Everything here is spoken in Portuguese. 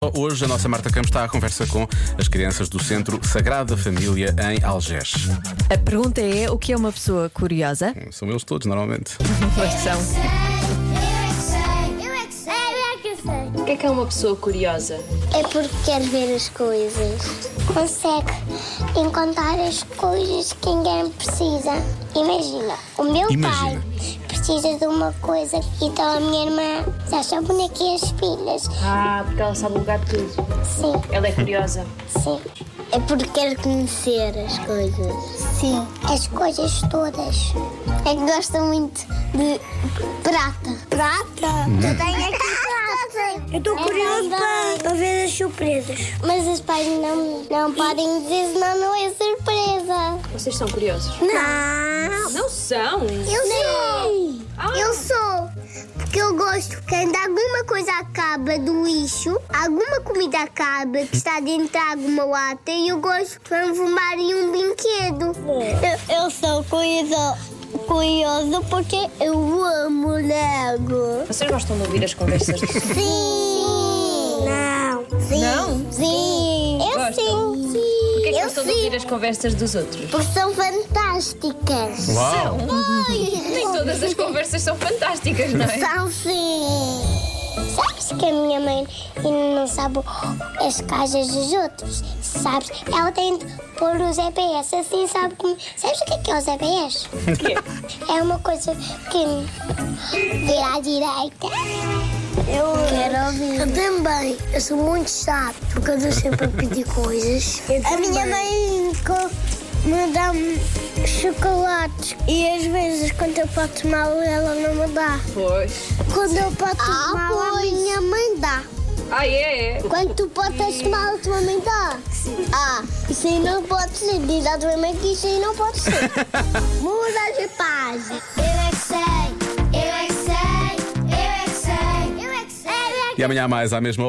escola. Hoje a nossa Marta Campos está à conversa com as crianças do Centro Sagrada Família em Algés. A pergunta é: o que é uma pessoa curiosa? São eles todos, normalmente. Pois são. O que é que é uma pessoa curiosa? É porque quer ver as coisas. Consegue encontrar as coisas que ninguém precisa. Imagina, o meu Imagina. pai precisa de uma coisa, então a minha irmã já sabe onde é que é as pilhas. Ah, porque ela sabe o lugar de tudo. Sim, Ela é curiosa. sim. É porque quer conhecer as coisas. Sim, as coisas todas. É que gosta muito de prata. Uhum. Prata? Eu tenho aqui prata. É Eu estou curioso para, para ver as surpresas. Mas os pais não, não podem dizer senão não é surpresa. Vocês são curiosos? Não. Não são! Eu sou. Eu sou. Porque eu gosto quando alguma coisa acaba do lixo, alguma comida acaba que está dentro de alguma lata e eu gosto de transformar em um brinquedo. Eu, sou curioso, curioso porque eu amo Lego. Vocês gostam de ouvir as conversas dos Sim. Não. Sim. Não? Sim. Eu Gostam? sim. Sim. Porquê é que eu gostam de sim. ouvir as conversas dos outros? Porque são fantásticas. Uau! Ai. Nem todas as conversas são fantásticas, não é? São sim. Sabes que a minha mãe ainda não sabe as casas dos outros? Sabes? Ela tem de pôr os GPS, assim sabe como. Sabes o que é que é o GPS? O quê? É uma coisa que vira à direita. Eu quero ouvir. Eu também. Eu sou muito chato porque eu dou sempre a pedir coisas. a minha mãe co- me dá-me chocolates e às vezes quando eu pato mal ela não me dá. Pois. Quando eu pato mal a minha mãe dá. Ah, é? é. Quando tu potas mal a tua mãe dá. Ah, isso aí não pode ser. Diz à tua mãe que isso aí não pode ser. Muda de página. Eu é que sei, eu é que sei, eu é que sei, eu é que sei. E amanhã há mais à mesma hora.